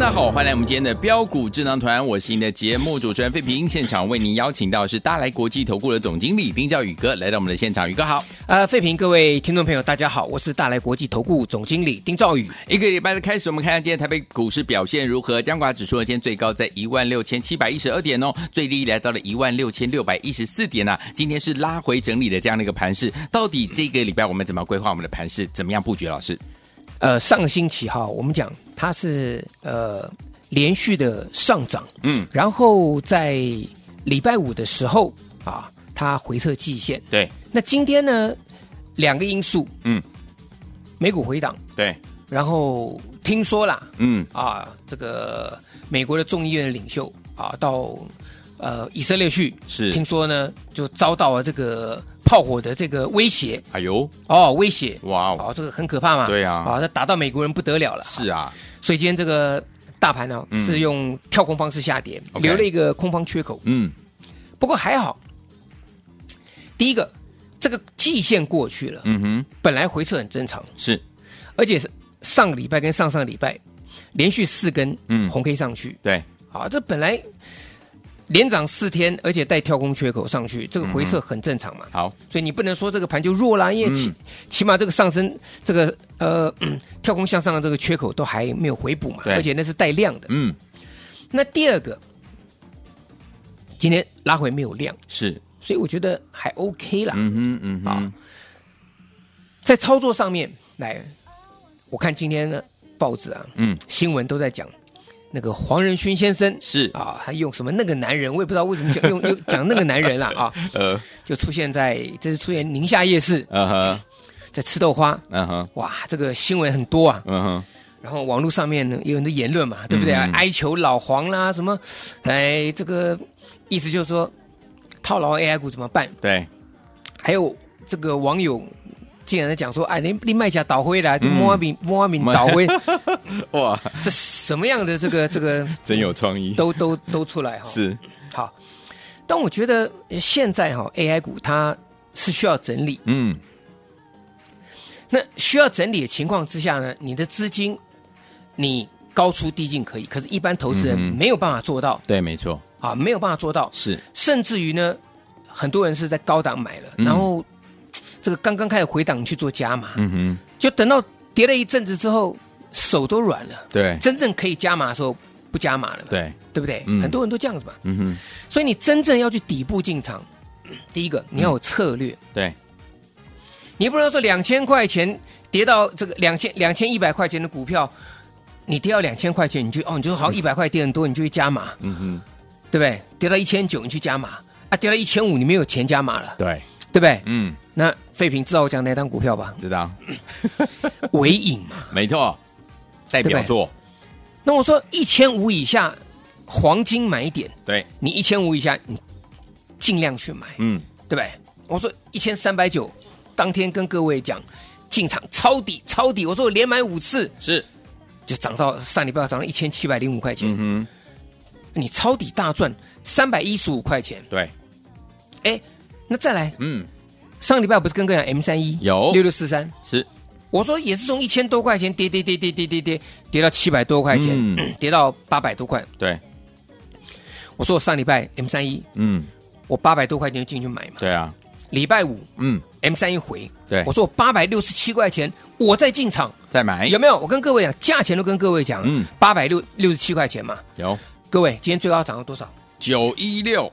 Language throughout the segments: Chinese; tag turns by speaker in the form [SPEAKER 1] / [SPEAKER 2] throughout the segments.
[SPEAKER 1] 大家好，欢迎来我们今天的标股智囊团，我是您的节目主持人费平。现场为您邀请到是大来国际投顾的总经理丁兆宇哥来到我们的现场，宇哥好。
[SPEAKER 2] 呃，费平，各位听众朋友，大家好，我是大来国际投顾总经理丁兆宇。
[SPEAKER 1] 一个礼拜的开始，我们看看今天台北股市表现如何。加权指数呢，今天最高在一万六千七百一十二点哦，最低来到了一万六千六百一十四点呐、今天是拉回整理的这样的一个盘势，到底这个礼拜我们怎么规划我们的盘势，怎么样布局？老师，
[SPEAKER 2] 呃，上个星期哈，我们讲它是呃连续的上涨，
[SPEAKER 1] 嗯，
[SPEAKER 2] 然后在礼拜五的时候啊，它回撤季线。
[SPEAKER 1] 对
[SPEAKER 2] 那今天呢，两个因素，
[SPEAKER 1] 嗯，
[SPEAKER 2] 美股回档，
[SPEAKER 1] 对，
[SPEAKER 2] 然后听说啦，
[SPEAKER 1] 嗯
[SPEAKER 2] 啊，这个美国的众议院的领袖啊，到呃以色列去，
[SPEAKER 1] 是
[SPEAKER 2] 听说呢就遭到了这个炮火的这个威胁
[SPEAKER 1] 哎呦，
[SPEAKER 2] 哦，威胁，
[SPEAKER 1] 哇哦，
[SPEAKER 2] 哦，这个很可怕嘛，
[SPEAKER 1] 对啊
[SPEAKER 2] 啊，那打到美国人不得了了，
[SPEAKER 1] 是啊，
[SPEAKER 2] 所以今天这个大盘呢、
[SPEAKER 1] 嗯
[SPEAKER 2] 是用跳空方式下跌，
[SPEAKER 1] OK
[SPEAKER 2] 留了一个空方缺口，
[SPEAKER 1] 嗯，
[SPEAKER 2] 不过还好，第一个这个季线过去了，
[SPEAKER 1] 嗯哼，
[SPEAKER 2] 本来回撤很正常，
[SPEAKER 1] 是
[SPEAKER 2] 而且是上个礼拜跟上上礼拜连续四根
[SPEAKER 1] 嗯
[SPEAKER 2] 红 K 上去，
[SPEAKER 1] 对，
[SPEAKER 2] 啊，这本来连涨四天，而且带跳空缺口上去，这个回撤
[SPEAKER 1] 嗯
[SPEAKER 2] 很正常嘛。
[SPEAKER 1] 好，
[SPEAKER 2] 所以你不能说这个盘就弱啦，因为起、
[SPEAKER 1] 嗯
[SPEAKER 2] 起码这个上升，这个呃、嗯跳空向上的这个缺口都还没有回补嘛，
[SPEAKER 1] 对
[SPEAKER 2] 而且那是带量的。
[SPEAKER 1] 嗯，
[SPEAKER 2] 那第二个，今天拉回没有量，
[SPEAKER 1] 是，
[SPEAKER 2] 所以我觉得还 OK 啦。
[SPEAKER 1] 嗯哼，嗯哼
[SPEAKER 2] 啊，在操作上面来，我看今天的报纸啊，
[SPEAKER 1] 嗯，
[SPEAKER 2] 新闻都在讲那个黄仁勋先生
[SPEAKER 1] 是，
[SPEAKER 2] 啊，他用什么那个男人，我也不知道为什么讲用用讲那个男人啦啊，
[SPEAKER 1] 呃，
[SPEAKER 2] 就出现在这是出现宁夏夜市，
[SPEAKER 1] 嗯哼，
[SPEAKER 2] 在吃豆花，
[SPEAKER 1] 嗯哼，
[SPEAKER 2] 哇，这个新闻很多啊。
[SPEAKER 1] 嗯哼，
[SPEAKER 2] 然后网络上面呢有很多言论嘛，对不对啊？
[SPEAKER 1] 嗯
[SPEAKER 2] 哀求老黄啦，什么，哎，这个意思就是说套牢 AI 股怎么办？
[SPEAKER 1] 对，
[SPEAKER 2] 还有这个网友竟然在讲说，哎，你你卖家倒灰啦，就摸阿
[SPEAKER 1] 嗯
[SPEAKER 2] 饼摸阿 饼倒灰，
[SPEAKER 1] 哇，
[SPEAKER 2] 这什么样的这个这个
[SPEAKER 1] 真有创意，
[SPEAKER 2] 都都都出来哈、
[SPEAKER 1] 是，
[SPEAKER 2] 好，但我觉得现在哈、AI 股它是需要整理，
[SPEAKER 1] 嗯，
[SPEAKER 2] 那需要整理的情况之下呢，你的资金你高出低进可以，可是，一般投资人
[SPEAKER 1] 嗯哼
[SPEAKER 2] 没有办法做到、
[SPEAKER 1] 对，没错，
[SPEAKER 2] 啊，没有办法做到，
[SPEAKER 1] 是，
[SPEAKER 2] 甚至于呢，很多人是在高档买了，
[SPEAKER 1] 嗯
[SPEAKER 2] 然后这个刚刚开始回档去做加码，
[SPEAKER 1] 嗯哼，
[SPEAKER 2] 就等到跌了一阵子之后，手都软了，
[SPEAKER 1] 对，
[SPEAKER 2] 真正可以加码的时候不加码了嘛，
[SPEAKER 1] 嗯对，
[SPEAKER 2] 对不对？
[SPEAKER 1] 嗯
[SPEAKER 2] 很多人都这样子嘛，
[SPEAKER 1] 嗯哼，
[SPEAKER 2] 所以你真正要去底部进场，第一个你要有策略，
[SPEAKER 1] 对，
[SPEAKER 2] 你不能说两千块钱跌到这个两千两千一百块钱的股票，你跌到两千块钱，你就哦，你就好一百块跌很多，你就去加码，
[SPEAKER 1] 嗯哼，
[SPEAKER 2] 对不对？跌到一千九，你去加码啊，跌到一千五，你没有钱加码了，
[SPEAKER 1] 对，
[SPEAKER 2] 对不对？
[SPEAKER 1] 嗯，
[SPEAKER 2] 那废品知道我讲哪档股票吧？
[SPEAKER 1] 知道，
[SPEAKER 2] 尾影嘛。
[SPEAKER 1] 没错，代表作，
[SPEAKER 2] 那我说一千五以下黄金买点，
[SPEAKER 1] 对，
[SPEAKER 2] 你一千五以下，你尽量去买，
[SPEAKER 1] 嗯，
[SPEAKER 2] 对不对？我说一千三百九，当天跟各位讲进场抄底抄底，我说我连买五次，
[SPEAKER 1] 是，
[SPEAKER 2] 就涨到上礼拜涨到一千七百零五块钱，
[SPEAKER 1] 嗯哼，
[SPEAKER 2] 你抄底大赚三百一十五块钱，
[SPEAKER 1] 对，
[SPEAKER 2] 哎，那再来
[SPEAKER 1] 嗯，
[SPEAKER 2] 上礼拜我不是跟各位讲 M 三一
[SPEAKER 1] 有
[SPEAKER 2] 六六四三，
[SPEAKER 1] 是，
[SPEAKER 2] 我说也是从一千多块钱跌跌跌跌跌跌跌跌到七百多块钱，
[SPEAKER 1] 嗯
[SPEAKER 2] 跌到八百多块，
[SPEAKER 1] 对，
[SPEAKER 2] 我说我上礼拜 M 三一
[SPEAKER 1] 嗯，
[SPEAKER 2] 我八百多块钱就进去买嘛，
[SPEAKER 1] 对啊，
[SPEAKER 2] 礼拜五
[SPEAKER 1] 嗯，
[SPEAKER 2] M 三一回，
[SPEAKER 1] 对
[SPEAKER 2] 我，说我八百六十七块钱我再进场，
[SPEAKER 1] 再买，
[SPEAKER 2] 有没有？我跟各位讲，价钱都跟各位讲，
[SPEAKER 1] 哎嗯
[SPEAKER 2] 嗯，八百六六十七块钱嘛，
[SPEAKER 1] 有
[SPEAKER 2] 各位今天最高涨到多少？
[SPEAKER 1] 九一六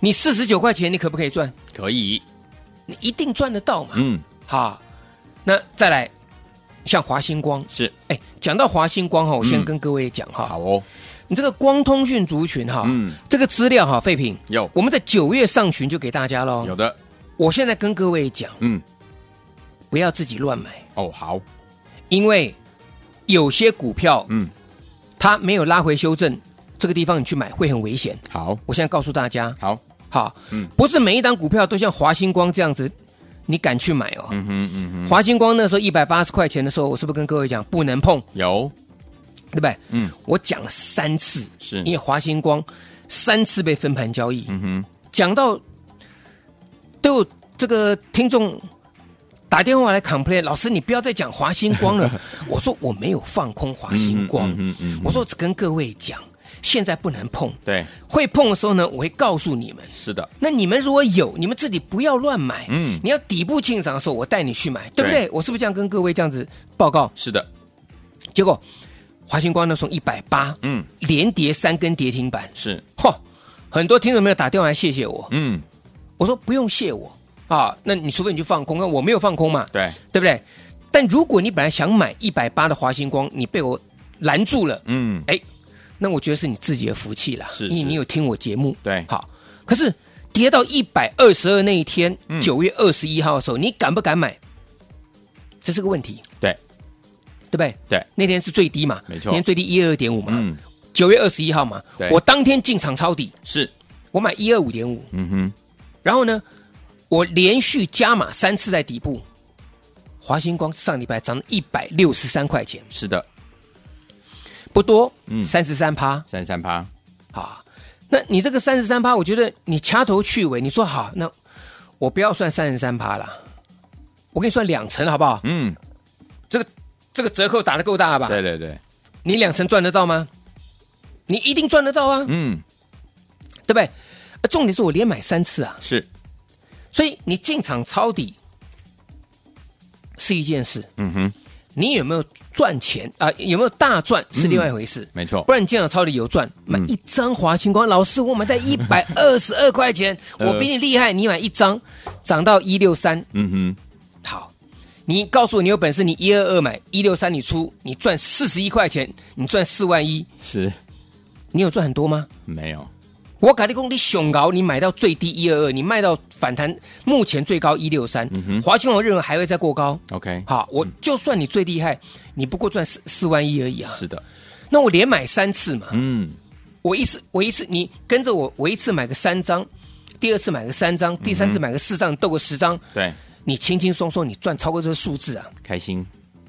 [SPEAKER 2] 你四十九块钱，你可不可以赚？
[SPEAKER 1] 可以，
[SPEAKER 2] 你一定赚得到嘛。
[SPEAKER 1] 嗯，
[SPEAKER 2] 好，那再来，像华星光，
[SPEAKER 1] 是，
[SPEAKER 2] 哎，讲到华星光哈，我先
[SPEAKER 1] 嗯
[SPEAKER 2] 跟各位讲哈，
[SPEAKER 1] 好哦，
[SPEAKER 2] 你这个光通讯族群哈，
[SPEAKER 1] 嗯
[SPEAKER 2] 这个资料哈，废品
[SPEAKER 1] 有
[SPEAKER 2] 我们在九月上旬就给大家喽
[SPEAKER 1] 有。的，
[SPEAKER 2] 我现在跟各位讲，
[SPEAKER 1] 嗯，
[SPEAKER 2] 不要自己乱买，
[SPEAKER 1] 哦，好，
[SPEAKER 2] 因为有些股票
[SPEAKER 1] 嗯，
[SPEAKER 2] 它没有拉回修正，这个地方你去买会很危险。
[SPEAKER 1] 好，
[SPEAKER 2] 我现在告诉大家，
[SPEAKER 1] 好，
[SPEAKER 2] 好，
[SPEAKER 1] 嗯
[SPEAKER 2] 不是每一档股票都像华星光这样子，你敢去买哦？
[SPEAKER 1] 嗯哼，嗯哼，
[SPEAKER 2] 华星光那时候一百八十块钱的时候，我是不是跟各位讲不能碰，
[SPEAKER 1] 有，
[SPEAKER 2] 对不对？
[SPEAKER 1] 嗯，
[SPEAKER 2] 我讲了三次，
[SPEAKER 1] 是
[SPEAKER 2] 因为华星光三次被分盘交易，
[SPEAKER 1] 嗯哼，
[SPEAKER 2] 讲到都有这个听众打电话来 complain，老师你不要再讲华星光 了。我说我没有放空华星光，
[SPEAKER 1] 嗯嗯嗯嗯嗯
[SPEAKER 2] 我说只跟各位讲，现在不能碰，
[SPEAKER 1] 对，
[SPEAKER 2] 会碰的时候呢，我会告诉你们。
[SPEAKER 1] 是的，
[SPEAKER 2] 那你们如果有，你们自己不要乱买。
[SPEAKER 1] 嗯
[SPEAKER 2] 你要底部进场的时候，我带你去买，对不
[SPEAKER 1] 对
[SPEAKER 2] 对？我是不是这样跟各位这样子报告？
[SPEAKER 1] 是的，
[SPEAKER 2] 结果华星光呢从一百八，
[SPEAKER 1] 嗯，
[SPEAKER 2] 连跌三根跌停板，
[SPEAKER 1] 是，
[SPEAKER 2] 嚯！很多听众没有打电话来谢谢我，
[SPEAKER 1] 嗯，
[SPEAKER 2] 我说不用谢我啊，那你除非你去放空，那我没有放空嘛，
[SPEAKER 1] 对，
[SPEAKER 2] 对不对？但如果你本来想买一百八的华星光，你被我拦住了，
[SPEAKER 1] 嗯，
[SPEAKER 2] 哎，那我觉得是你自己的福气啦，
[SPEAKER 1] 是
[SPEAKER 2] 因为
[SPEAKER 1] 是
[SPEAKER 2] 你有听我节目，
[SPEAKER 1] 对
[SPEAKER 2] 好。可是跌到一百二十二那一天，
[SPEAKER 1] 嗯
[SPEAKER 2] 九、月二十一号的时候，你敢不敢买？这是个问题，
[SPEAKER 1] 对，
[SPEAKER 2] 对不对？
[SPEAKER 1] 对，
[SPEAKER 2] 那天是最低嘛，
[SPEAKER 1] 没错
[SPEAKER 2] 那天最低一二点五嘛，
[SPEAKER 1] 嗯，
[SPEAKER 2] 九、月二十一号嘛
[SPEAKER 1] 对，
[SPEAKER 2] 我当天进场抄底，
[SPEAKER 1] 是，
[SPEAKER 2] 我买一二五点五，
[SPEAKER 1] 嗯哼，
[SPEAKER 2] 然后呢，我连续加码三次在底部。华星光上礼拜涨一百六十三块钱，
[SPEAKER 1] 是的，
[SPEAKER 2] 不多，
[SPEAKER 1] 嗯
[SPEAKER 2] 三十三趴
[SPEAKER 1] 三三趴，
[SPEAKER 2] 啊。那你这个三十三趴，我觉得你掐头去尾，你说好，那我不要算三十三趴啦，我给你算两成好不好？
[SPEAKER 1] 嗯，
[SPEAKER 2] 这个这个折扣打得够大吧？
[SPEAKER 1] 对对对，
[SPEAKER 2] 你两成赚得到吗？你一定赚得到啊，
[SPEAKER 1] 嗯，
[SPEAKER 2] 对不对？啊重点是我连买三次啊，
[SPEAKER 1] 是，
[SPEAKER 2] 所以你进场抄底是一件事，
[SPEAKER 1] 嗯哼，
[SPEAKER 2] 你有没有赚钱啊、有没有大赚是另外一回事。
[SPEAKER 1] 没错
[SPEAKER 2] 不，然你进场抄底有赚，买
[SPEAKER 1] 嗯
[SPEAKER 2] 一张华星光，老师，我买在一百二十二块钱，
[SPEAKER 1] 呃
[SPEAKER 2] 我比你厉害，你买一张，涨到一六三，
[SPEAKER 1] 嗯哼，
[SPEAKER 2] 好，你告诉我你有本事，你一二二买，一六三你出，你赚四十一块钱，你赚四万一，
[SPEAKER 1] 是，
[SPEAKER 2] 你有赚很多吗？
[SPEAKER 1] 没有，
[SPEAKER 2] 我跟你讲，你熊高，你买到最低一二二，你卖到反弹，目前最高一六三，
[SPEAKER 1] 嗯
[SPEAKER 2] 华兴我认为还会再过高。
[SPEAKER 1] OK
[SPEAKER 2] 好，我就算你最厉害，你不过赚四四万一而已啊。
[SPEAKER 1] 是的，
[SPEAKER 2] 那我连买三次嘛，
[SPEAKER 1] 嗯，
[SPEAKER 2] 我一次我一次你跟着我，我一次买个三张，第二次买个三张，第三
[SPEAKER 1] 嗯
[SPEAKER 2] 次买个四张，斗个十张，
[SPEAKER 1] 对，
[SPEAKER 2] 你轻轻松松你赚超过这个数字啊！
[SPEAKER 1] 开心，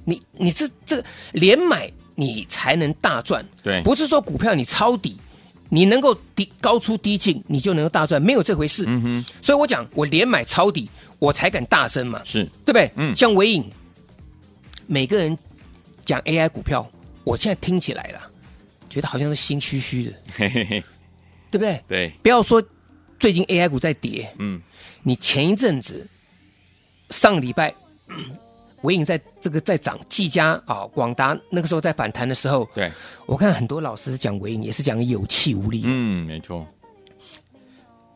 [SPEAKER 2] 你你这这个连买你才能大赚，
[SPEAKER 1] 对
[SPEAKER 2] 不是说股票你抄底，你能够低高出低进，你就能够大赚，没有这回事。嗯哼，所以我讲我连买抄底，我才敢大声嘛，
[SPEAKER 1] 是，
[SPEAKER 2] 对不对？
[SPEAKER 1] 嗯
[SPEAKER 2] 像伟影，每个人讲 AI 股票，我现在听起来啦，觉得好像是心虚虚的，
[SPEAKER 1] 嘿嘿嘿，
[SPEAKER 2] 对不对？
[SPEAKER 1] 对，
[SPEAKER 2] 不要说最近 AI 股在跌，
[SPEAKER 1] 嗯，
[SPEAKER 2] 你前一阵子上礼拜， 伟影在这个在涨，技嘉啊、广达那个时候在反弹的时候，
[SPEAKER 1] 对，
[SPEAKER 2] 我看很多老师讲伟影也是讲有气无力，
[SPEAKER 1] 嗯，没错，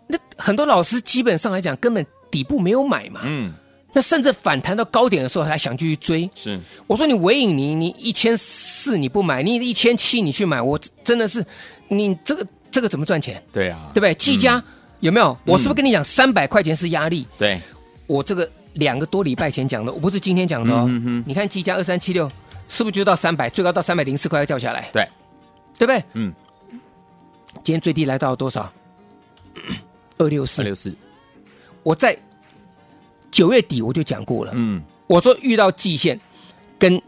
[SPEAKER 2] 那很多老师基本上来讲根本底部没有买嘛，
[SPEAKER 1] 嗯，
[SPEAKER 2] 那甚至反弹到高点的时候还想继续追。
[SPEAKER 1] 是，
[SPEAKER 2] 我说你伟影你你一千四你不买，你一千七你去买，我真的是你这个这个怎么赚钱？
[SPEAKER 1] 对啊，
[SPEAKER 2] 对不对？技嘉、有没有？我是不
[SPEAKER 1] 嗯
[SPEAKER 2] 是跟你讲三百块钱是压力？
[SPEAKER 1] 对，
[SPEAKER 2] 我这个两个多礼拜前讲的，我不是今天讲的哦。
[SPEAKER 1] 嗯哼哼
[SPEAKER 2] 你看技嘉二三七六是不是就到三百，最高到三百零四块要掉下来，
[SPEAKER 1] 对，
[SPEAKER 2] 对不对？
[SPEAKER 1] 嗯，
[SPEAKER 2] 今天最低来到多少？二 六
[SPEAKER 1] 二
[SPEAKER 2] 四。
[SPEAKER 1] 六四，
[SPEAKER 2] 我在九月底我就讲过了，
[SPEAKER 1] 嗯
[SPEAKER 2] 我说遇到季线跟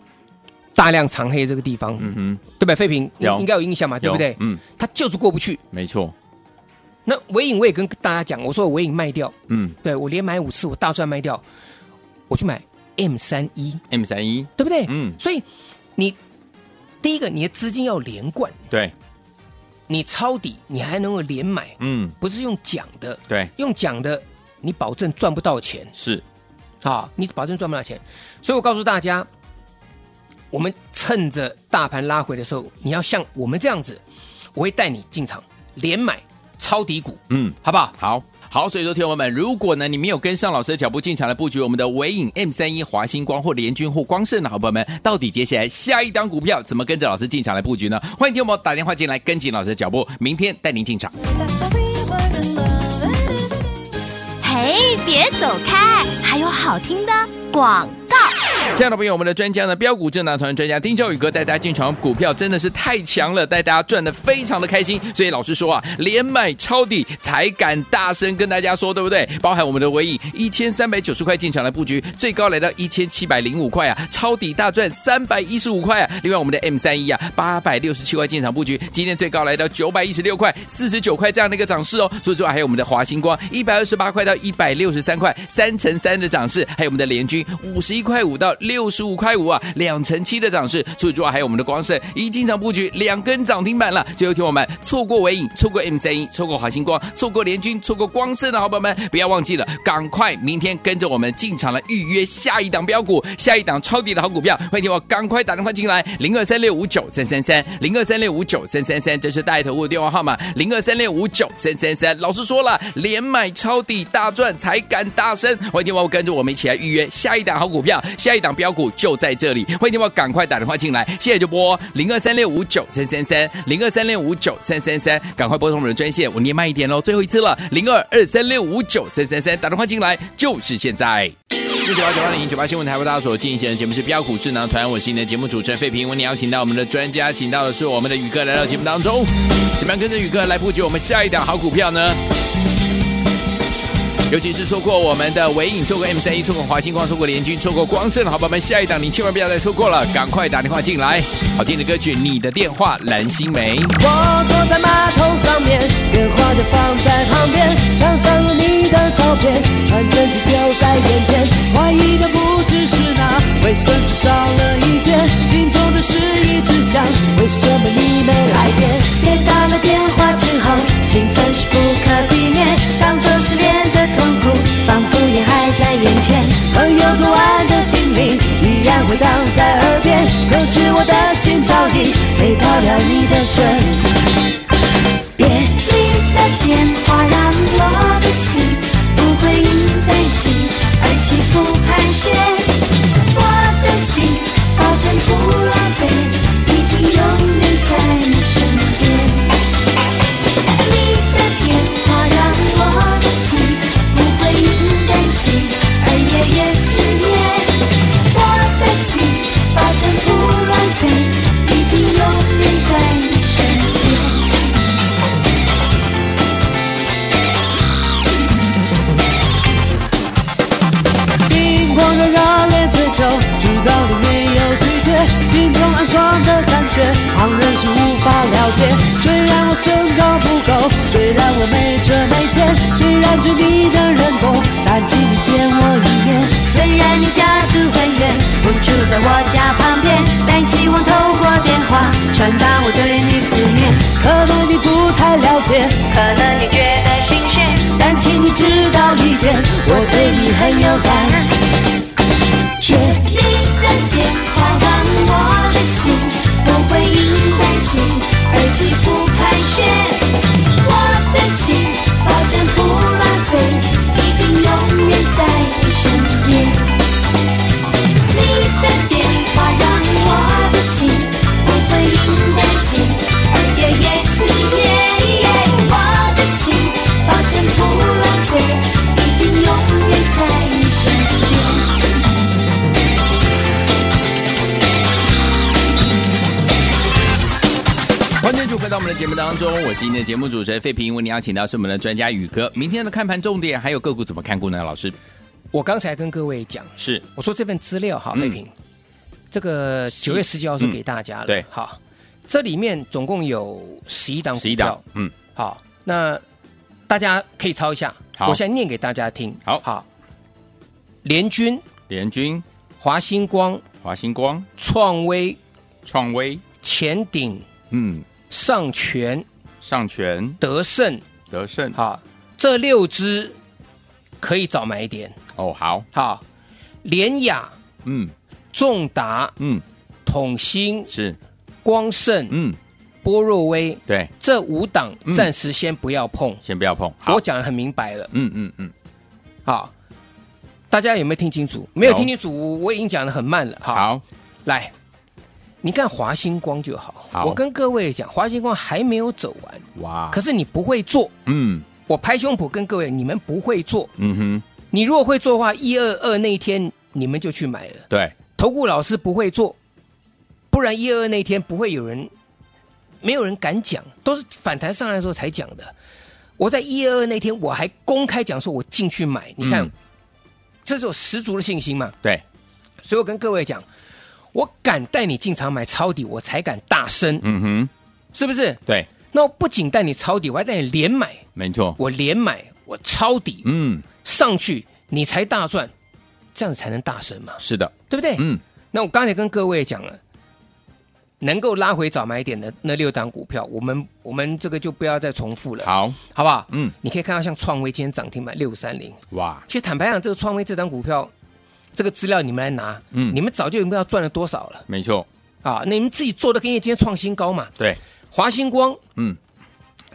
[SPEAKER 2] 大量长黑这个地方，
[SPEAKER 1] 嗯哼，
[SPEAKER 2] 对不对？废品
[SPEAKER 1] 有
[SPEAKER 2] 应应该有影响嘛，啊对不
[SPEAKER 1] 有
[SPEAKER 2] 对？
[SPEAKER 1] 嗯，
[SPEAKER 2] 它就是过不去。
[SPEAKER 1] 没错，
[SPEAKER 2] 那尾影我也跟大家讲，我说尾影卖掉，
[SPEAKER 1] 嗯
[SPEAKER 2] 对我连买五次，我大赚卖掉，我去买 M 三一，
[SPEAKER 1] ，M 三一，
[SPEAKER 2] 对不对？
[SPEAKER 1] 嗯
[SPEAKER 2] 所以你第一个，你的资金要连贯，
[SPEAKER 1] 对，
[SPEAKER 2] 你抄底，你还能够连买，
[SPEAKER 1] 嗯，
[SPEAKER 2] 不是用讲的，
[SPEAKER 1] 对，
[SPEAKER 2] 用讲的，你保证赚不到钱
[SPEAKER 1] 是，
[SPEAKER 2] 啊，你保证赚不到钱。所以我告诉大家，我们趁着大盘拉回的时候，你要像我们这样子，我会带你进场连买抄底股，
[SPEAKER 1] 嗯，
[SPEAKER 2] 好不好？
[SPEAKER 1] 好，好，所以说，听友们，如果呢你没有跟上老师的脚步进场来布局我们的伟影 M 三一、华星光或联军或光盛的好朋友们，到底接下来下一档股票怎么跟着老师进场来布局呢？欢迎听友们打电话进来跟紧老师的脚步，明天带您进场。
[SPEAKER 3] 嘿，别走开，还有好听的广告。
[SPEAKER 1] 亲爱的朋友我们的专家呢，标股智囊团专家丁兆宇哥带大家进场股票真的是太强了，带大家赚的非常的开心。所以老师说啊，连买抄底才敢大声跟大家说，对不对？包含我们的尾影一千三百九十块进场来布局，最高来到一千七百零五块啊，抄底大赚三百一十五块啊。另外我们的 M 三一啊，八百六十七块进场布局，今天最高来到九百一十六块四十九块这样的一个涨势哦。所以说还有我们的华星光一百二十八块到一百六十三块，三乘三的涨势，还有我们的联军五十一块五到六十五块五啊，两成七的涨势。除此之外，还有我们的光盛已经场布局两根涨停板了。最后，听我们错过尾影，错过 M 三一，错过华星光，错过联军，错过光盛的好朋友们，不要忘记了，赶快明天跟着我们进场来预约下一档标股，下一档超跌的好股票。欢迎听我赶快打电话进来，零二三六五九三三三，零二三六五九三三三，这是大头户的电话号码，零二三六五九三三三。老师说了，连买抄底大赚才敢大声。欢迎听我跟着我们一起来预约下一档好股票，下一档标股就在这里。欢迎听我赶快打电话进来，现在就拨零二三六五九三三三，零二三六五九三三三，赶快拨通我们的专线，我念慢一点喽，最后一次了，零二二三六五九三三三，打电话进来就是现在。六九八九八零九八新闻台为大家所进行的节目是标股智囊团，我是你的节目主持人费平。为你邀请到我们的专家，请到的是我们的宇哥来到节目当中，怎么样跟着宇哥来布局我们下一档好股票呢？尤其是错过我们的伟影，错过 M 三一，错过华星光，错过联军，错过光盛的好朋友们，下一档你千万不要再错过了，赶快打电话进来。好听的歌曲，你的电话，蓝心湄。
[SPEAKER 4] 我坐在马桶上面，电话就放在旁边，墙上有你的照片，传真机就在眼前，怀疑的不只是那卫生纸少了一卷，心中的是一直想，为什么你没来电？
[SPEAKER 3] 接到了电话之后，兴奋是不可避免，上周失恋的痛苦仿佛也还在眼前。
[SPEAKER 4] 朋友昨晚的叮咛依然回荡在耳边，可是我的心早已飞到了你的身
[SPEAKER 3] 别你的电话让我的心不会因担心而起伏盘旋，我的心保证不浪费，一定永远在你身边。你的电话让我的心不会因担心而夜夜失眠。我的心保证不浪费，一定永远在你身边。
[SPEAKER 4] 心狂热热烈追求，直到你没有拒绝，心中暗爽的感觉，旁人是无法了解。虽然我身高不够，虽然我没车没钱，虽然追你的人多，但请你见我一面。
[SPEAKER 3] 虽然你家住很远，不住在我家旁边，但希望透过电话传达我对你思念。
[SPEAKER 4] 可能你不太了解，
[SPEAKER 3] 可能你觉得心虚，
[SPEAKER 4] 但请你知道一点，我对你很有感觉。
[SPEAKER 3] 你的电话让我的心不会因担心而起伏盘旋。我的心保证不浪费，一定永远在你身边。你的电话让我的心不会因担心而夜夜失眠。我的心保证不浪费，一定永远在你身边。
[SPEAKER 1] 欢迎就回到我们的节目当中，我是今天的节目主持人费平。为您邀请到是我们的专家宇哥。明天的看盘重点还有个股怎么看股呢？老师
[SPEAKER 2] 我刚才跟各位讲，
[SPEAKER 1] 是
[SPEAKER 2] 我说这份资料哈，
[SPEAKER 1] 嗯
[SPEAKER 2] 费平，这个
[SPEAKER 1] 是
[SPEAKER 2] 九月十九号是
[SPEAKER 1] 嗯
[SPEAKER 2] 给大家了，
[SPEAKER 1] 对
[SPEAKER 2] 好，这里面总共有十一档股
[SPEAKER 1] 十一档
[SPEAKER 2] 票，，
[SPEAKER 1] 嗯，
[SPEAKER 2] 好，那大家可以抄一下，
[SPEAKER 1] 好
[SPEAKER 2] 我现在念给大家听，
[SPEAKER 1] 好
[SPEAKER 2] 好，联军、
[SPEAKER 1] 联军、
[SPEAKER 2] 华星光、
[SPEAKER 1] 华星光、
[SPEAKER 2] 创威、
[SPEAKER 1] 创威，
[SPEAKER 2] 前鼎、
[SPEAKER 1] 嗯，
[SPEAKER 2] 上泉、
[SPEAKER 1] 上权、
[SPEAKER 2] 德胜，
[SPEAKER 1] 德胜，
[SPEAKER 2] 好，这六只可以早买一点，
[SPEAKER 1] 哦，好，
[SPEAKER 2] 好，联雅、
[SPEAKER 1] 嗯
[SPEAKER 2] 重达、
[SPEAKER 1] 嗯，
[SPEAKER 2] 统兴、
[SPEAKER 1] 是，
[SPEAKER 2] 光盛、
[SPEAKER 1] 嗯
[SPEAKER 2] 波若威，
[SPEAKER 1] 对，
[SPEAKER 2] 这五档暂时先不要碰。
[SPEAKER 1] 先不要碰。好
[SPEAKER 2] 我，讲的很明白了，
[SPEAKER 1] 嗯嗯嗯，
[SPEAKER 2] 好，大家有没有听清楚？没有
[SPEAKER 1] 有
[SPEAKER 2] 听清楚，我我已经讲的很慢了。好，
[SPEAKER 1] 好，
[SPEAKER 2] 来，你看华星光就好。
[SPEAKER 1] 好
[SPEAKER 2] 我跟各位讲，华星光还没有走完，
[SPEAKER 1] 哇，
[SPEAKER 2] 可是你不会做，
[SPEAKER 1] 嗯
[SPEAKER 2] 我拍胸脯跟各位，你们不会做。
[SPEAKER 1] 嗯
[SPEAKER 2] 你如果会做的话，一二二那一天你们就去买了
[SPEAKER 1] 哼，。对，
[SPEAKER 2] 投顾老师不会做，不然一二二那天不会有人，没有人敢讲，都是反弹上来的时候才讲的。我在一二二那天我还公开讲说，我进去买，你看，
[SPEAKER 1] 嗯
[SPEAKER 2] 这是有十足的信心嘛。
[SPEAKER 1] 对，
[SPEAKER 2] 所以我跟各位讲，我敢带你进场买抄底，我才敢大声，
[SPEAKER 1] 嗯哼，
[SPEAKER 2] 是不是？
[SPEAKER 1] 对，
[SPEAKER 2] 那我不仅带你抄底，我还带你连买，
[SPEAKER 1] 没错，
[SPEAKER 2] 我连买，我抄底、
[SPEAKER 1] 嗯，
[SPEAKER 2] 上去，你才大赚，这样子才能大声嘛，
[SPEAKER 1] 是的，
[SPEAKER 2] 对不对？
[SPEAKER 1] 嗯，
[SPEAKER 2] 那我刚才跟各位讲了，能够拉回早买点的那六档股票，我们我们这个就不要再重复了，，
[SPEAKER 1] 好，
[SPEAKER 2] 好不好？
[SPEAKER 1] 嗯，
[SPEAKER 2] 你可以看到像创威今天涨停板六三零，
[SPEAKER 1] 哇，
[SPEAKER 2] 其实坦白讲，这个创威这档股票，这个资料你们来拿，
[SPEAKER 1] 嗯
[SPEAKER 2] 你们早就应该要赚了多少了
[SPEAKER 1] 没错，
[SPEAKER 2] 啊？那你们自己做的跟业今天创新高嘛，
[SPEAKER 1] 对，
[SPEAKER 2] 华星光，
[SPEAKER 1] 嗯，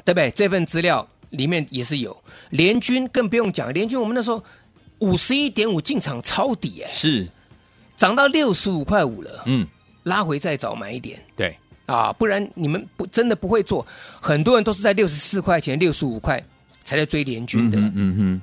[SPEAKER 2] 对不对？这份资料里面也是有联军，更不用讲联军，我们那时候五十一点五进场抄底，哎，
[SPEAKER 1] 是，
[SPEAKER 2] 涨到六十五块五了，
[SPEAKER 1] 嗯，
[SPEAKER 2] 拉回再早买一点。
[SPEAKER 1] 对，
[SPEAKER 2] 啊，不然你们不真的不会做。很多人都是在六十四块钱、六十五块才在追联军的。
[SPEAKER 1] 嗯嗯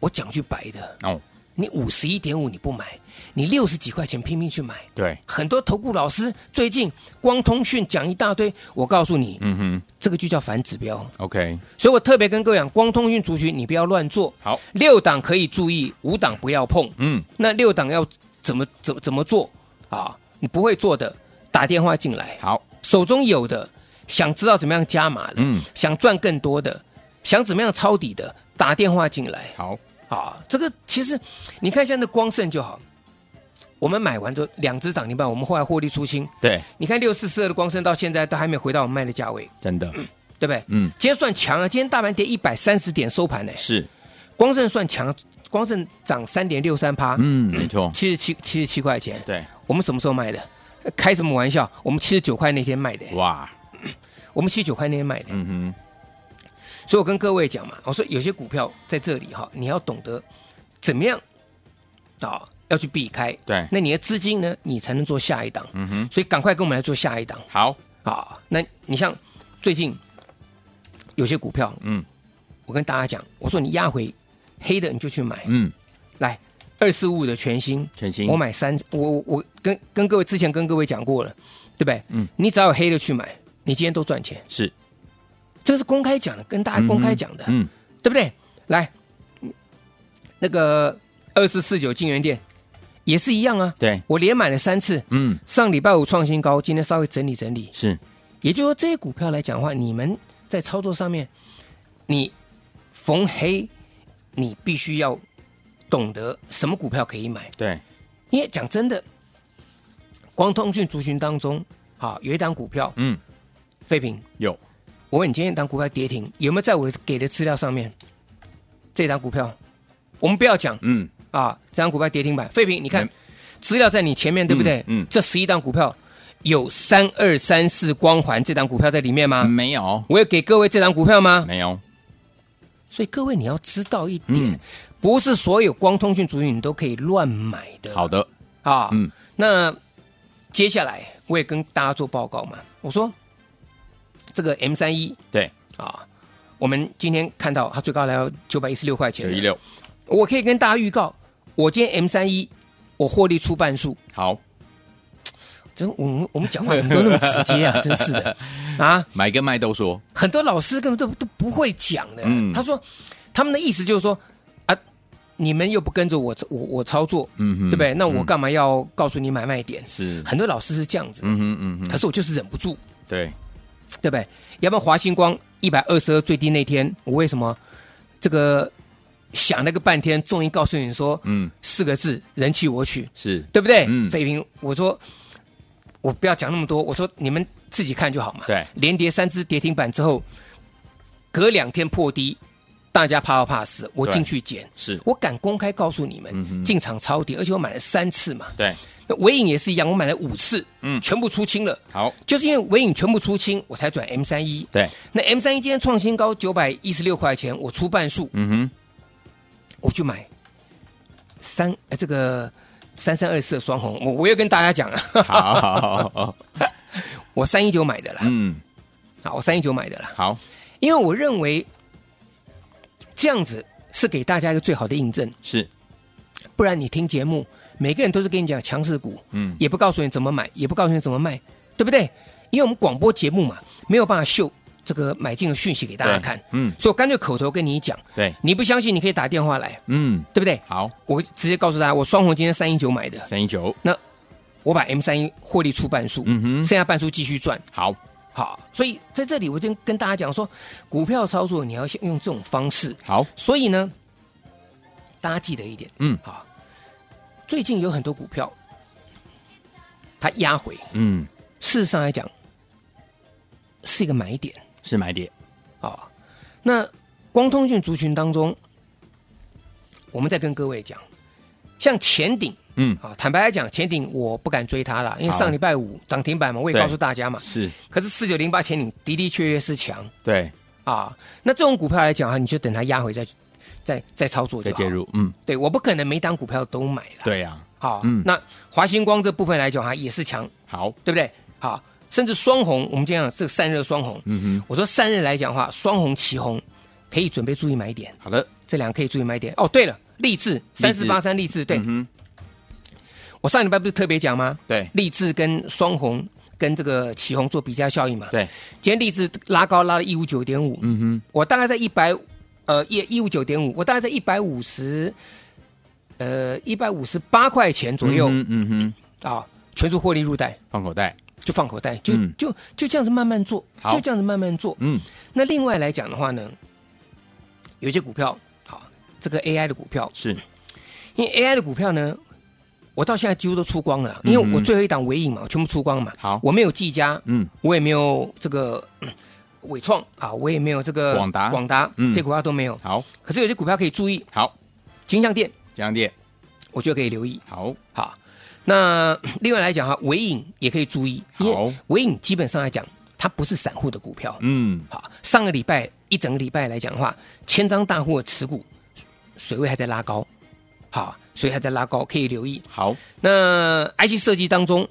[SPEAKER 2] 我讲句白的，
[SPEAKER 1] 哼，哦，
[SPEAKER 2] 你五十一点五你不买，你六十几块钱拼命去买。
[SPEAKER 1] 对，
[SPEAKER 2] 很多投顾老师最近光通讯讲一大堆，我告诉你，
[SPEAKER 1] 嗯哼
[SPEAKER 2] 这个就叫反指标。
[SPEAKER 1] ，OK，
[SPEAKER 2] 所以我特别跟各位讲，光通讯族群你不要乱做。
[SPEAKER 1] 好，
[SPEAKER 2] 六档可以注意，五档不要碰。
[SPEAKER 1] 嗯，
[SPEAKER 2] 那六档要怎么怎么怎么做啊？你不会做的，打电话进来。
[SPEAKER 1] 好，
[SPEAKER 2] 手中有的，想知道怎么样加码的，
[SPEAKER 1] 嗯
[SPEAKER 2] 想赚更多的，想怎么样抄底的，打电话进来
[SPEAKER 1] 好，
[SPEAKER 2] 啊！这个其实你看现在的光盛就好，我们买完之后两只涨停板，我们后来获利出清。
[SPEAKER 1] 对，
[SPEAKER 2] 你看六四四二的光盛到现在都还没回到我们卖的价位，
[SPEAKER 1] 真的，
[SPEAKER 2] 对不对？
[SPEAKER 1] 嗯，
[SPEAKER 2] 今天算强啊，今天大盘跌一百三十点收盘呢、
[SPEAKER 1] 是，
[SPEAKER 2] 光盛算强，光盛涨三点六三趴，
[SPEAKER 1] 嗯，没错，
[SPEAKER 2] 七十七七十七块钱。
[SPEAKER 1] 对，
[SPEAKER 2] 我们什么时候卖的？开什么玩笑？我们七十九块那天卖的、
[SPEAKER 1] 哇，
[SPEAKER 2] 我们七十九块那天卖的。
[SPEAKER 1] 嗯哼，
[SPEAKER 2] 所以我跟各位讲嘛，我说有些股票在这里哈，你要懂得怎么样啊、要去避开。
[SPEAKER 1] 对
[SPEAKER 2] 那你的资金呢，你才能做下一档。嗯哼，所以赶快跟我们来做下一档
[SPEAKER 1] 好，
[SPEAKER 2] 啊、那你像最近有些股票，
[SPEAKER 1] 嗯，
[SPEAKER 2] 我跟大家讲，我说你压回黑的你就去买，
[SPEAKER 1] 嗯，
[SPEAKER 2] 来二四五的全新，
[SPEAKER 1] 全新
[SPEAKER 2] 我买三，我我我跟跟各位之前跟各位讲过了，对不对？嗯，你只要有黑的去买，你今天都赚钱，
[SPEAKER 1] 是，
[SPEAKER 2] 这是公开讲的，跟大家公开讲的。
[SPEAKER 1] 嗯，
[SPEAKER 2] 对不对？来，那个二四四九金源店也是一样啊。
[SPEAKER 1] 对，
[SPEAKER 2] 我连买了三次，
[SPEAKER 1] 嗯，
[SPEAKER 2] 上礼拜五创新高，今天稍微整理整理。
[SPEAKER 1] 是，
[SPEAKER 2] 也就是说，这些股票来讲的话，你们在操作上面，你逢黑，你必须要懂得什么股票可以买。
[SPEAKER 1] 对，
[SPEAKER 2] 因为讲真的，光通讯族群当中，啊，有一档股票，
[SPEAKER 1] 嗯，
[SPEAKER 2] 废品，
[SPEAKER 1] 有，
[SPEAKER 2] 我问你，今天一档股票跌停，有没有在我给的资料上面？这档股票，我们不要讲
[SPEAKER 1] 嗯，
[SPEAKER 2] 啊，这档股票跌停板，废品，你看
[SPEAKER 1] 没
[SPEAKER 2] 资料在你前面，对不对？
[SPEAKER 1] 嗯嗯
[SPEAKER 2] 这十一档股票有三二三四光环这档股票在里面吗？
[SPEAKER 1] 没有，
[SPEAKER 2] 我有给各位这档股票吗？
[SPEAKER 1] 嗯没有，
[SPEAKER 2] 所以各位你要知道一点，
[SPEAKER 1] 嗯
[SPEAKER 2] 不是所有光通讯族群你都可以乱买的。
[SPEAKER 1] 好的，
[SPEAKER 2] 啊，
[SPEAKER 1] 嗯，
[SPEAKER 2] 那接下来我也跟大家做报告嘛，我说这个 M 三一
[SPEAKER 1] 对，
[SPEAKER 2] 啊，我们今天看到它最高来到九百一十六块钱，
[SPEAKER 1] 九一，六，
[SPEAKER 2] 我可以跟大家预告，我今天 M 三一我获利出半数，
[SPEAKER 1] 好，
[SPEAKER 2] 真我们我们讲话怎么都那么直接 啊，真是的啊，
[SPEAKER 1] 买跟卖都说，
[SPEAKER 2] 很多老师根本都都不会讲的，
[SPEAKER 1] 嗯
[SPEAKER 2] 他说他们的意思就是说啊，你们又不跟着我我我操作，
[SPEAKER 1] 嗯哼
[SPEAKER 2] 对不对？那我
[SPEAKER 1] 嗯
[SPEAKER 2] 干嘛要告诉你买卖点？
[SPEAKER 1] 是，
[SPEAKER 2] 很多老师是这样子，
[SPEAKER 1] 嗯哼，嗯哼，
[SPEAKER 2] 可是我就是忍不住，
[SPEAKER 1] 对，
[SPEAKER 2] 对不对？要不然华星光一百二十二最低那天，我为什么这个想那个半天，终于告诉你说
[SPEAKER 1] 嗯，
[SPEAKER 2] 四个字“人气我取
[SPEAKER 1] 是”，，
[SPEAKER 2] 对不对？
[SPEAKER 1] 嗯
[SPEAKER 2] 费平，我说我不要讲那么多，我说你们自己看就好嘛。
[SPEAKER 1] 对
[SPEAKER 2] 连跌三只跌停板之后，隔两天破低，大家怕不怕死？我
[SPEAKER 1] 对
[SPEAKER 2] 进去捡，
[SPEAKER 1] 是，
[SPEAKER 2] 我敢公开告诉你们、
[SPEAKER 1] 嗯哼
[SPEAKER 2] 进场抄底，而且我买了三次嘛。
[SPEAKER 1] 对，
[SPEAKER 2] 那尾影也是一样，我买了五次，
[SPEAKER 1] 嗯
[SPEAKER 2] 嗯，全部出清了。
[SPEAKER 1] 好，
[SPEAKER 2] 就是因为尾影全部出清，我才转 M 三一。
[SPEAKER 1] 对，
[SPEAKER 2] 那 M 三一今天创新高九百一十六块钱，我出半数，
[SPEAKER 1] 嗯哼，
[SPEAKER 2] 我去买三呃这个三三二四的双红，我我又跟大家讲了，
[SPEAKER 1] 好好好好，
[SPEAKER 2] 我三一九买的啦，
[SPEAKER 1] 嗯，
[SPEAKER 2] 啊，我三一九买的啦，
[SPEAKER 1] 好，
[SPEAKER 2] 因为我认为这样子是给大家一个最好的印证，
[SPEAKER 1] 是，
[SPEAKER 2] 不然你听节目，每个人都是跟你讲强势股，
[SPEAKER 1] 嗯，
[SPEAKER 2] 也不告诉你怎么买，也不告诉你怎么卖，对不对？因为我们广播节目嘛，没有办法秀这个买进的讯息给大家
[SPEAKER 1] 对
[SPEAKER 2] 看，
[SPEAKER 1] 嗯，
[SPEAKER 2] 所以我干脆口头跟你讲，
[SPEAKER 1] 对，
[SPEAKER 2] 你不相信你可以打电话来，
[SPEAKER 1] 嗯，
[SPEAKER 2] 对不对？
[SPEAKER 1] 好，
[SPEAKER 2] 我直接告诉大家，我双红今天三一九买的，
[SPEAKER 1] 三一九，
[SPEAKER 2] 我把 M 三一获利出半数，
[SPEAKER 1] 嗯哼
[SPEAKER 2] 剩下半数继续赚。
[SPEAKER 1] 好，
[SPEAKER 2] 好，所以在这里我就跟大家讲说，股票操作你要先用这种方式。
[SPEAKER 1] 好，
[SPEAKER 2] 所以呢，大家记得一点，
[SPEAKER 1] 嗯
[SPEAKER 2] 好，最近有很多股票它压回，
[SPEAKER 1] 嗯，
[SPEAKER 2] 事实上来讲是一个买点
[SPEAKER 1] 是买点，
[SPEAKER 2] 啊、那光通讯族群当中，我们再跟各位讲，像前顶。
[SPEAKER 1] 嗯，
[SPEAKER 2] 啊，坦白来讲，前顶我不敢追它了，因为
[SPEAKER 1] 好
[SPEAKER 2] 上礼拜五涨停板嘛，我也
[SPEAKER 1] 对
[SPEAKER 2] 告诉大家嘛。
[SPEAKER 1] 是，
[SPEAKER 2] 可是四九零八前顶的的确确是强
[SPEAKER 1] 对，
[SPEAKER 2] 啊。那这种股票来讲啊，你就等它压回再再再操作就
[SPEAKER 1] 再
[SPEAKER 2] 好
[SPEAKER 1] 介。入，嗯，
[SPEAKER 2] 对，我不可能每档股票都买了。，
[SPEAKER 1] 对呀，
[SPEAKER 2] 好，
[SPEAKER 1] 嗯
[SPEAKER 2] 那华星光这部分来讲啊，也是强，
[SPEAKER 1] 好，
[SPEAKER 2] 对不对？好，甚至双红，我们今天讲这个散热双红，
[SPEAKER 1] 嗯哼，
[SPEAKER 2] 我说散热来讲的话，双红、旗红可以准备注意买点，
[SPEAKER 1] 好的，
[SPEAKER 2] 这两个可以注意买点。哦，对了，立志
[SPEAKER 1] 励
[SPEAKER 2] 三
[SPEAKER 1] 志
[SPEAKER 2] 四八三立志，对、
[SPEAKER 1] 嗯哼，
[SPEAKER 2] 我上礼拜不是特别讲吗？
[SPEAKER 1] 对，
[SPEAKER 2] 立志跟双红跟这个旗红做比价效应嘛。，
[SPEAKER 1] 对，
[SPEAKER 2] 今天立志拉高拉了一五九点五，
[SPEAKER 1] 嗯哼，
[SPEAKER 2] 我大概在一百呃一一五九点五，我大概在一百五十呃一百五十八块钱左右啊、啊
[SPEAKER 1] 嗯哼嗯哼，
[SPEAKER 2] 全数获利入袋，
[SPEAKER 1] 放口袋，
[SPEAKER 2] 就放口袋，就、
[SPEAKER 1] 嗯
[SPEAKER 2] 就就这样子慢慢做，
[SPEAKER 1] 好
[SPEAKER 2] 就这样子慢慢做。
[SPEAKER 1] 嗯，
[SPEAKER 2] 那另外来讲的话呢，有一些股票好，这个 AI 的股票，
[SPEAKER 1] 是，
[SPEAKER 2] 因为 AI 的股票呢。我到现在几乎都出光了啦，因为我
[SPEAKER 1] 嗯哼哦
[SPEAKER 2] 最后一档尾影嘛，我全部出光嘛。
[SPEAKER 1] 好
[SPEAKER 2] 我没有技嘉，
[SPEAKER 1] 嗯，
[SPEAKER 2] 我也没有这个嗯伟创啊，我也没有这个
[SPEAKER 1] 广达
[SPEAKER 2] 广达
[SPEAKER 1] 嗯
[SPEAKER 2] 这股票都没有。
[SPEAKER 1] 好，
[SPEAKER 2] 可是有些股票可以注意，
[SPEAKER 1] 好，
[SPEAKER 2] 金像店
[SPEAKER 1] 这样点，
[SPEAKER 2] 我觉得可以留意。
[SPEAKER 1] 好，
[SPEAKER 2] 好，那嗯另外来讲哈，尾影也可以注意，因
[SPEAKER 1] 好
[SPEAKER 2] 为尾影基本上来讲，它不是散户的股票。
[SPEAKER 1] 嗯，
[SPEAKER 2] 好，上个礼拜一整个礼拜来讲的话，千张大户的持股水位还在拉高，好，水位还在拉高，可以留意。
[SPEAKER 1] 好，
[SPEAKER 2] 那 IC 设计当中，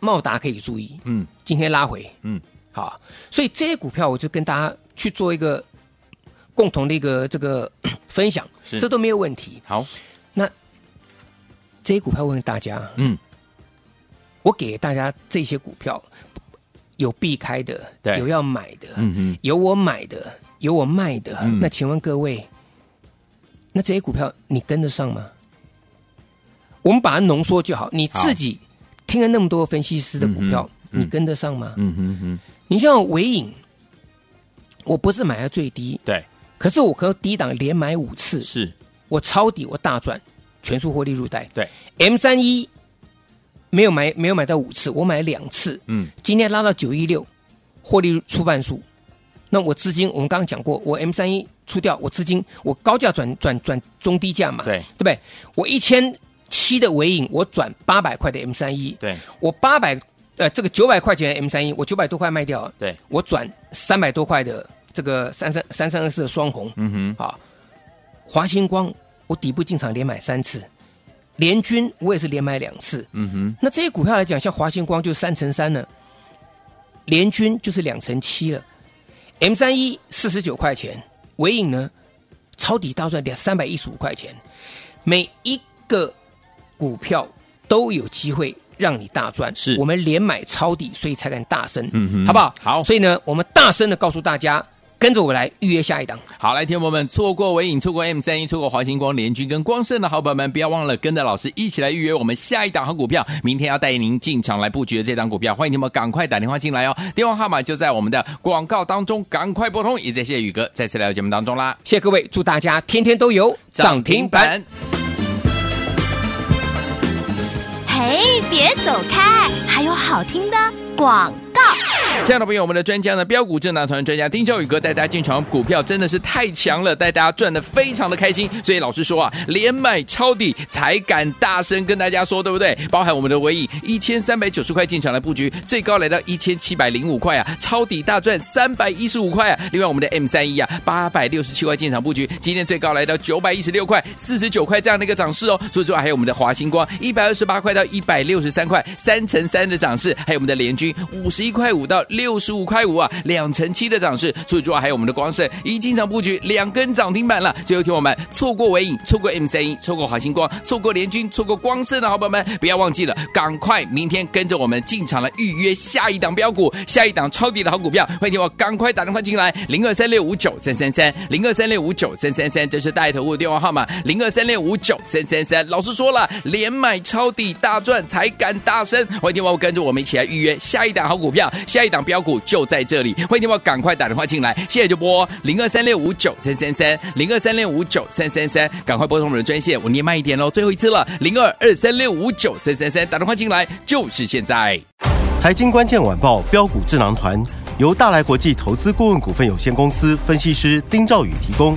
[SPEAKER 2] 茂达可以注意，
[SPEAKER 1] 嗯，
[SPEAKER 2] 今天拉回，
[SPEAKER 1] 嗯，
[SPEAKER 2] 好，所以这些股票我就跟大家去做一个共同的一个这个 分享，
[SPEAKER 1] 是
[SPEAKER 2] 这都没有问题。
[SPEAKER 1] 好，
[SPEAKER 2] 这些股票问大家，
[SPEAKER 1] 嗯，
[SPEAKER 2] 我给大家这些股票有避开的，
[SPEAKER 1] 对
[SPEAKER 2] 有要买的，
[SPEAKER 1] 嗯哼，
[SPEAKER 2] 有我买的，有我卖的。
[SPEAKER 1] 嗯
[SPEAKER 2] 那请问各位，那这些股票你跟得上吗？我们把它浓缩就好，你
[SPEAKER 1] 好
[SPEAKER 2] 自己听了那么多分析师的股票，
[SPEAKER 1] 嗯哼嗯
[SPEAKER 2] 你跟得上吗？
[SPEAKER 1] 嗯哼哼，
[SPEAKER 2] 你像尾影，我不是买到最低，
[SPEAKER 1] 对，
[SPEAKER 2] 可是我可以低档连买五次，
[SPEAKER 1] 是，
[SPEAKER 2] 我抄底我大赚，全数获利入袋。
[SPEAKER 1] 对
[SPEAKER 2] ，M 三一没有买没有买到五次，我买了两次，
[SPEAKER 1] 嗯，
[SPEAKER 2] 今天拉到九一六，获利出半数。那我资金，我们刚刚讲过，我 M 三一出掉，我资金我高价转转转中低价嘛，
[SPEAKER 1] 对
[SPEAKER 2] 对不对？我一千七的尾影，我转八百块的 M 三一，
[SPEAKER 1] 对，
[SPEAKER 2] 我八百呃这个九百块钱的 M 三一，我九百多块卖掉了，
[SPEAKER 1] 对，
[SPEAKER 2] 我转三百多块的这个三三三三二四的双红，
[SPEAKER 1] 嗯哼，
[SPEAKER 2] 啊，华星光我底部进场连买三次，联军我也是连买两次。
[SPEAKER 1] 嗯哼，
[SPEAKER 2] 那这些股票来讲，像华星光就三乘三了，联军就是两乘七了，M 三一四十九块钱，尾影呢抄底大赚两三百一十五块钱，每一个股票都有机会。让你大赚，
[SPEAKER 1] 是
[SPEAKER 2] 我们连买抄底，所以才敢大声，
[SPEAKER 1] 嗯哼
[SPEAKER 2] 好不好？
[SPEAKER 1] 好
[SPEAKER 2] 所以呢，我们大声的告诉大家，跟着我来预约下一档。
[SPEAKER 1] 好，来，听众朋友们，错过伟影，错过 M 三一，错过华星光、联军跟光盛的好朋友们，不要忘了跟着老师一起来预约我们下一档好股票。明天要带您进场来布局的这档股票，欢迎你们赶快打电话进来哦，电话号码就在我们的广告当中，赶快拨通。也谢谢宇哥再次来到节目当中啦，
[SPEAKER 2] 谢谢各位，祝大家天天都有涨停板。。
[SPEAKER 3] 嘿，别走开，还有好听的广告。
[SPEAKER 1] 亲爱的朋友我们的专家呢，标股智囊团专家丁兆宇哥带大家进场股票真的是太强了，带大家赚的非常的开心。所以老师说啊，连买抄底才敢大声跟大家说，对不对？包含我们的唯影一千三百九十块进场来布局，最高来到一千七百零五块啊，抄底大赚三百一十五块啊。另外我们的 M 三一啊，八百六十七块进场布局，今天最高来到九百一十六块四十九块这样的一个涨势哦。所以说啊还有我们的华星光一百二十八块到一百六十三块，三乘三的涨势，还有我们的联军五十一块五到六十五块五啊，两成七的涨势。所以说啊还有我们的光盛一进场布局两根涨停板了。最后听我们错过尾影，错过 M 三一，错过华星光，错过联军，错过光盛的好朋友们，不要忘记了，赶快明天跟着我们进场来预约下一档标股，下一档超低的好股票。欢迎听我赶快打电话进来，零二三六五九三三三，零二三六五九三三三，这是带头物的电话号码，零二三六五九三三三。老师说了，连买抄底大赚才敢大声。欢迎听我跟着我们一起来预约下一档好股票，下一档标股就在这里。欢迎听我赶快打电话进来，现在就拨零二三六五九三三三，零二三六五九三三三，赶快拨通我们的专线，我念慢一点喽，最后一次了，零二二三六五九三三三，打电话进来就是现在。
[SPEAKER 5] 财经关键晚报标股智囊团由大来国际投资顾问股份有限公司分析师丁兆宇提供。